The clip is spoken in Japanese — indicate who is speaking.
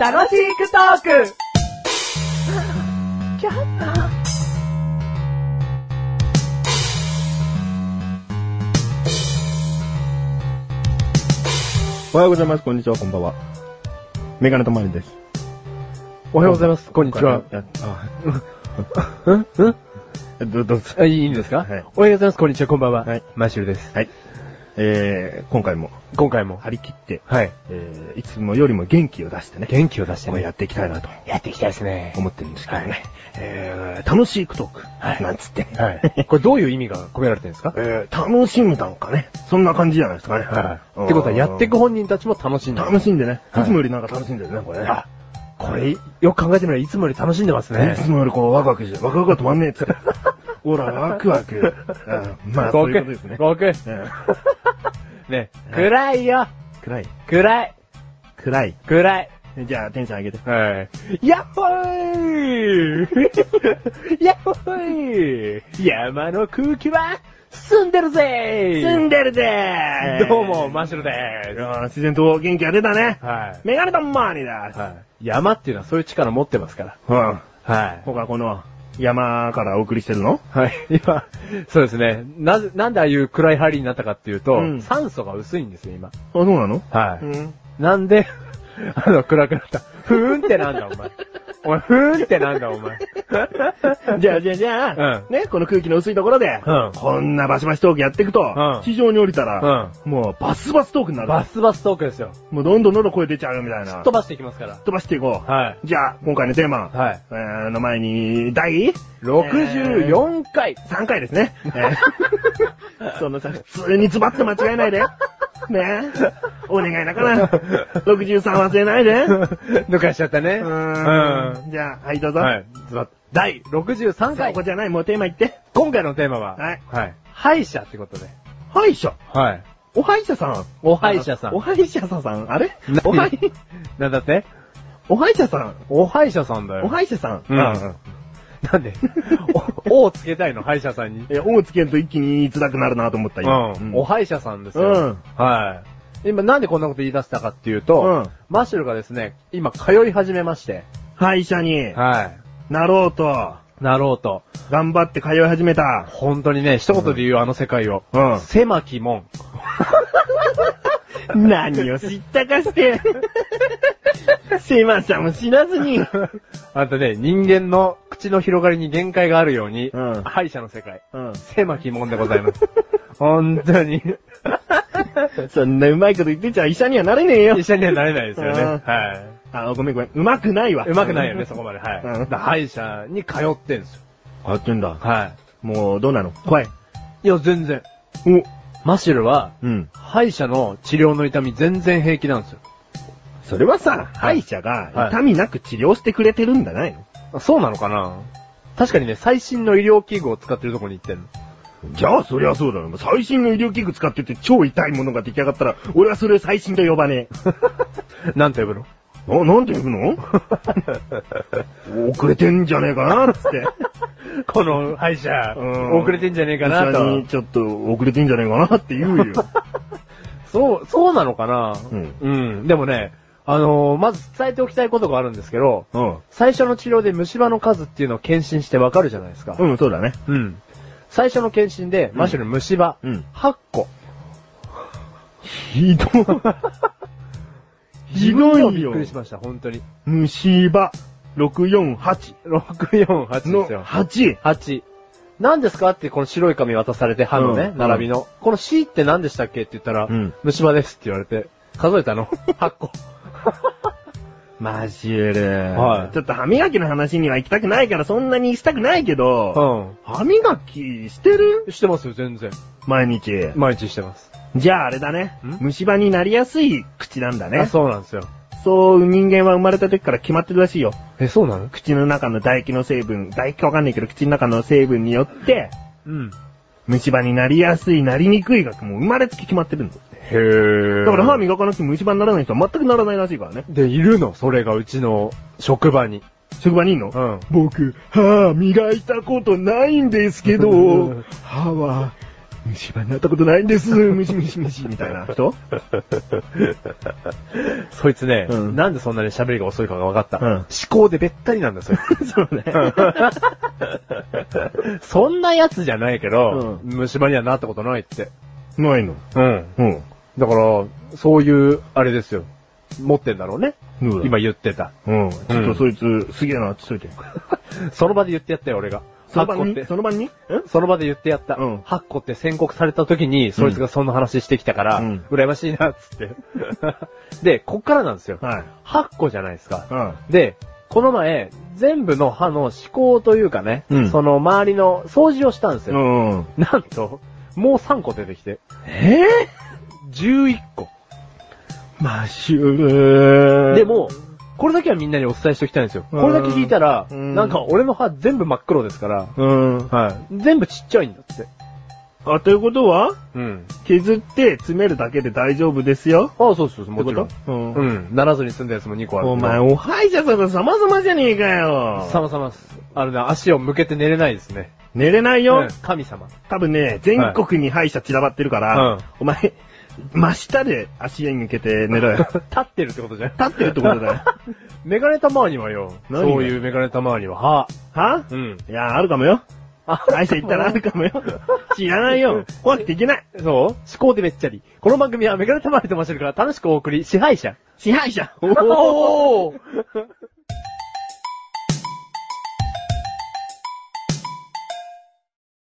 Speaker 1: 楽しくトーク
Speaker 2: おはようございます。こんにちは。こんばんは。メガネとマリです。
Speaker 3: おはようございます。こんにちは。
Speaker 2: いや。あ
Speaker 3: んん
Speaker 2: どどうぞ。
Speaker 3: あいいんですか、
Speaker 2: はい
Speaker 3: おはようございます。こんにちは。こんばんは。
Speaker 2: はい
Speaker 3: マシュルです。
Speaker 2: はい。えー、今回も
Speaker 3: 今回も。
Speaker 2: 張り切って、
Speaker 3: はい。
Speaker 2: えー、いつもよりも元気を出してね、
Speaker 3: 元気を出して
Speaker 2: こうや
Speaker 3: ね。
Speaker 2: っていきたいなと
Speaker 3: やっていきたいですね
Speaker 2: 思ってるんですけどね。
Speaker 3: はい
Speaker 2: えー、楽しいクトーク、なんつってね。
Speaker 3: はい。これどういう意味が込められてるんですか
Speaker 2: えー、楽しむなんかね、そんな感じじゃないですかね。
Speaker 3: はい。ってことは、やっていく本人たちも楽しんでる
Speaker 2: 楽しんでね、、
Speaker 3: はいい
Speaker 2: つもよりなんか楽しんでるね、これね。
Speaker 3: あ、これ、よく考えてみれば、いつもより楽しんでます
Speaker 2: ね
Speaker 3: ね
Speaker 2: い。つもよりこう、ワクワクして、ワクワクが止まんねえっつ って。ほら、ワクワク。うんまあ、そういうことですね。
Speaker 3: ごく、ごく
Speaker 2: うん
Speaker 3: ね、暗いよ。
Speaker 2: 暗い。
Speaker 3: 暗い。
Speaker 2: 暗い。
Speaker 3: 暗い。
Speaker 2: じゃあ、テンション上げて。
Speaker 3: はい。やっほーい やっほーい山の空気は澄んでるぜ
Speaker 2: んでるぜ
Speaker 3: どうも、マシュルで
Speaker 2: いやー自然と元気が出たね。
Speaker 3: す。は
Speaker 2: メガネとマーニー
Speaker 3: い。
Speaker 2: だ。
Speaker 3: はい。山っていうのはそういう力持ってますから。
Speaker 2: うん。
Speaker 3: はい。
Speaker 2: 僕はこの山からお送りしてるの
Speaker 3: はい。今、そうですね。なぜ、なんでああいう暗い針になったかっていうと、
Speaker 2: うん
Speaker 3: 酸素が薄いんですよ、今。
Speaker 2: あ、そうなの
Speaker 3: は
Speaker 2: う
Speaker 3: い。
Speaker 2: ん。
Speaker 3: なんで、 あの、暗くなった。ふーんってなんだ、お前。お前、ふーんってなんだ、お前。
Speaker 2: じゃあ、じゃあ、じゃあ、
Speaker 3: う
Speaker 2: ね、この空気の薄いところで、
Speaker 3: うん
Speaker 2: こんなバシバシトークやっていくと、
Speaker 3: ん
Speaker 2: 地上に降りたら、
Speaker 3: うん。
Speaker 2: もうバスバストークになる。
Speaker 3: バスバストークですよ。
Speaker 2: もうどんどんどんどん声出ちゃうみたいな。
Speaker 3: 飛ばしていきますから。
Speaker 2: 飛ばしていこう。
Speaker 3: はい。
Speaker 2: じゃあ、今回のテーマ、
Speaker 3: はい。
Speaker 2: えーの前に、第
Speaker 3: 64回。
Speaker 2: 3回ですね。えーそのさ、普通にズバッと間違えないで。ねお願いだから、63忘れないで。う
Speaker 3: 抜かしちゃったね。
Speaker 2: ーん。じゃあ、はい、どうぞ。
Speaker 3: はい。ズバッ第63
Speaker 2: そ
Speaker 3: 回
Speaker 2: こ。じゃない、もうテーマ言って。
Speaker 3: 今回のテーマは、
Speaker 2: はい。
Speaker 3: はい。歯医者ってことで。
Speaker 2: 歯医者。
Speaker 3: はい。
Speaker 2: お歯医者さん。
Speaker 3: お歯医者さん
Speaker 2: お歯医者さん。あれ
Speaker 3: 何
Speaker 2: お歯医、
Speaker 3: なんだって
Speaker 2: お歯医者さん。
Speaker 3: お歯医者さんだよ。
Speaker 2: お歯医者さん。
Speaker 3: うんうん。な んでお、おをつけたいの、歯医者さんに。
Speaker 2: え、おをつけると一気に言いづらくなるなと思った、今。
Speaker 3: うん。お歯医者さんです
Speaker 2: う
Speaker 3: よ
Speaker 2: ん。
Speaker 3: はい。今なんでこんなこと言い出したかっていうと
Speaker 2: うん、
Speaker 3: マッシュルがですね、今通い始めまして。
Speaker 2: 歯医者に
Speaker 3: は
Speaker 2: なろうと、
Speaker 3: い。なろうと。
Speaker 2: 頑張って通い始めた。
Speaker 3: 本当にね、一言で言うあの世界を。
Speaker 2: うん
Speaker 3: 狭き門。
Speaker 2: 何を知ったか して、狭さも知らずに。
Speaker 3: あとね、人間の口の広がりに限界があるように、
Speaker 2: うん
Speaker 3: 歯医者の世界。
Speaker 2: うん。
Speaker 3: 狭き門でございます。本当に。
Speaker 2: そんなうまいこと言ってちゃ医者にはなれねえよ
Speaker 3: 医。者にはなれないですよね。
Speaker 2: うん
Speaker 3: は
Speaker 2: あ、ごめんごめん。うまくないわ。
Speaker 3: い。うまくないよね、そこまで。はい。
Speaker 2: うん
Speaker 3: だから歯医者に通ってんですよ。
Speaker 2: あってんだ。
Speaker 3: は
Speaker 2: もう、どうなの怖い。
Speaker 3: い。いや、全然。
Speaker 2: お、
Speaker 3: マシュルは、
Speaker 2: うん。
Speaker 3: 歯医者の治療の痛み全然平気なんですよ。
Speaker 2: それはさ、歯
Speaker 3: い
Speaker 2: 医者が
Speaker 3: はい
Speaker 2: 痛みなく治療してくれてるんじゃないの
Speaker 3: そうなのかな確かにね、最新の医療器具を使ってるとこに行ってんの。
Speaker 2: じゃあ、そりゃそうだろ。最新の医療器具使ってて超痛いものが出来上がったら、俺はそれを最新と呼ばね
Speaker 3: なんて呼ぶの
Speaker 2: え。あ、なんて呼ぶの遅れてんじゃねえかな、つって。
Speaker 3: この歯医者、
Speaker 2: うん
Speaker 3: 遅れてんじゃねえかな
Speaker 2: 医者
Speaker 3: と
Speaker 2: に。ちょっと遅れてんじゃねえかなって言う よ。
Speaker 3: そう、そうなのかな
Speaker 2: うん
Speaker 3: うん。でもね、あのーまず伝えておきたいことがあるんですけど、
Speaker 2: うん。
Speaker 3: 最初の治療で虫歯の数っていうのを検診してわかるじゃないですか。
Speaker 2: うん、そうだね。
Speaker 3: うん。最初の検診で、マシュル虫歯、
Speaker 2: うん
Speaker 3: 8個。
Speaker 2: ひどい。ひ
Speaker 3: 自
Speaker 2: ど
Speaker 3: 分でも
Speaker 2: い
Speaker 3: びっ
Speaker 2: よ
Speaker 3: く。りしました、本当に。
Speaker 2: 虫歯648
Speaker 3: 648で
Speaker 2: の
Speaker 3: すよ。
Speaker 2: 8。
Speaker 3: 8。何ですかってこの白い紙渡されて歯のね、
Speaker 2: うん
Speaker 3: 並びの。この C って何でしたっけって言ったら、
Speaker 2: うん
Speaker 3: 虫歯ですって言われて、数えたの ?8 個。
Speaker 2: マジュル。
Speaker 3: はい
Speaker 2: ちょっと歯磨きの話には行きたくないからそんなにしたくないけど、
Speaker 3: う
Speaker 2: 歯磨きしてる
Speaker 3: ん。してますよ、全然。
Speaker 2: 毎日。
Speaker 3: 毎日してます。
Speaker 2: じゃああれだね
Speaker 3: ん。
Speaker 2: 虫歯になりやすい口なんだ
Speaker 3: あ
Speaker 2: ね。
Speaker 3: そうなんですよ。
Speaker 2: そう、人間は生まれた時から決まってるらしいよ。
Speaker 3: え、そうなの
Speaker 2: 口の中の唾液の成分、唾液かわかんないけど口の中の成分によって、
Speaker 3: うん。
Speaker 2: 虫歯になりやすい、なりにくいがもう生まれつき決まってるんだ。
Speaker 3: へー
Speaker 2: だから歯磨かなくても虫歯にならない人は全くならないらしいからね。
Speaker 3: で、いるのそれがうちの職場に。
Speaker 2: 職場にいんの、
Speaker 3: ん。
Speaker 2: 僕、歯磨いたことないんですけど、歯は虫歯になったことないんです、ムシムシムシみたいな人
Speaker 3: そいつね、
Speaker 2: うん
Speaker 3: なんでそんなに喋りが遅いかが分かった。
Speaker 2: うん
Speaker 3: 思考でべったりなんだよ、 そい
Speaker 2: そうね。
Speaker 3: つ。そんなやつじゃないけど、虫歯にはなったことないって。
Speaker 2: ないの。
Speaker 3: うん。
Speaker 2: うん。
Speaker 3: だから、そういう、あれですよ。持ってんだろうね。
Speaker 2: どうだ
Speaker 3: 今言ってた。
Speaker 2: うん。ちょっとそいつ、すげえなってしといて。
Speaker 3: その場で言ってやったよ、俺が。
Speaker 2: その
Speaker 3: 8個
Speaker 2: 晩
Speaker 3: っ
Speaker 2: に
Speaker 3: て
Speaker 2: そ。の晩にん
Speaker 3: その場で言ってやった。
Speaker 2: うん
Speaker 3: 8個って宣告された時に、そいつがそんな話してきたから、
Speaker 2: うん
Speaker 3: 羨ましいな、っつって。 で、こっからなんですよ。
Speaker 2: はい。
Speaker 3: 8個じゃないですか。
Speaker 2: うん。
Speaker 3: で、この前、全部の歯の思考というかね、
Speaker 2: うん
Speaker 3: その周りの掃除をしたんですよ。
Speaker 2: うん。
Speaker 3: なんと、もう3個出てきて、
Speaker 2: え
Speaker 3: 11個。
Speaker 2: ぇマシュル
Speaker 3: で、も、これだけはみんなにお伝えしておきたいんですよ。これだけ聞いたら、
Speaker 2: うん
Speaker 3: なんか俺の歯全部真っ黒ですから、
Speaker 2: うん。
Speaker 3: はい。全部ちっちゃいんだって。
Speaker 2: あ、ということは、
Speaker 3: うん。
Speaker 2: 削って詰めるだけで大丈夫ですよ。
Speaker 3: ああ、そうそうそう、もちろ
Speaker 2: っ
Speaker 3: ん
Speaker 2: て。ことう。
Speaker 3: うんん。ならずに住んだやつも2個ある。
Speaker 2: お前、お歯医者さんが様々じゃねえかよ。
Speaker 3: 様々っす。あのね、足を向けて寝れないですね。
Speaker 2: 寝れない
Speaker 3: うん
Speaker 2: よ。
Speaker 3: 神様。
Speaker 2: 多分ね、全国に歯医者散らばってるから、
Speaker 3: うん
Speaker 2: お前、真下で足に向けて寝ろ よ。
Speaker 3: 立ってるってことじゃん。
Speaker 2: 立ってるってことだよ。
Speaker 3: メガネたまわりはよ。
Speaker 2: 何が
Speaker 3: そういうメガネたまわりは歯。
Speaker 2: は
Speaker 3: うん。
Speaker 2: いや、あるかもよ。
Speaker 3: あ
Speaker 2: 歯医者行ったらあるかもよ。知らないよ。怖くていけない。
Speaker 3: そう思考でべっちゃり。この番組はメガネたまわりと申してるから楽しくお送り、支配者。
Speaker 2: 支配者。
Speaker 3: おお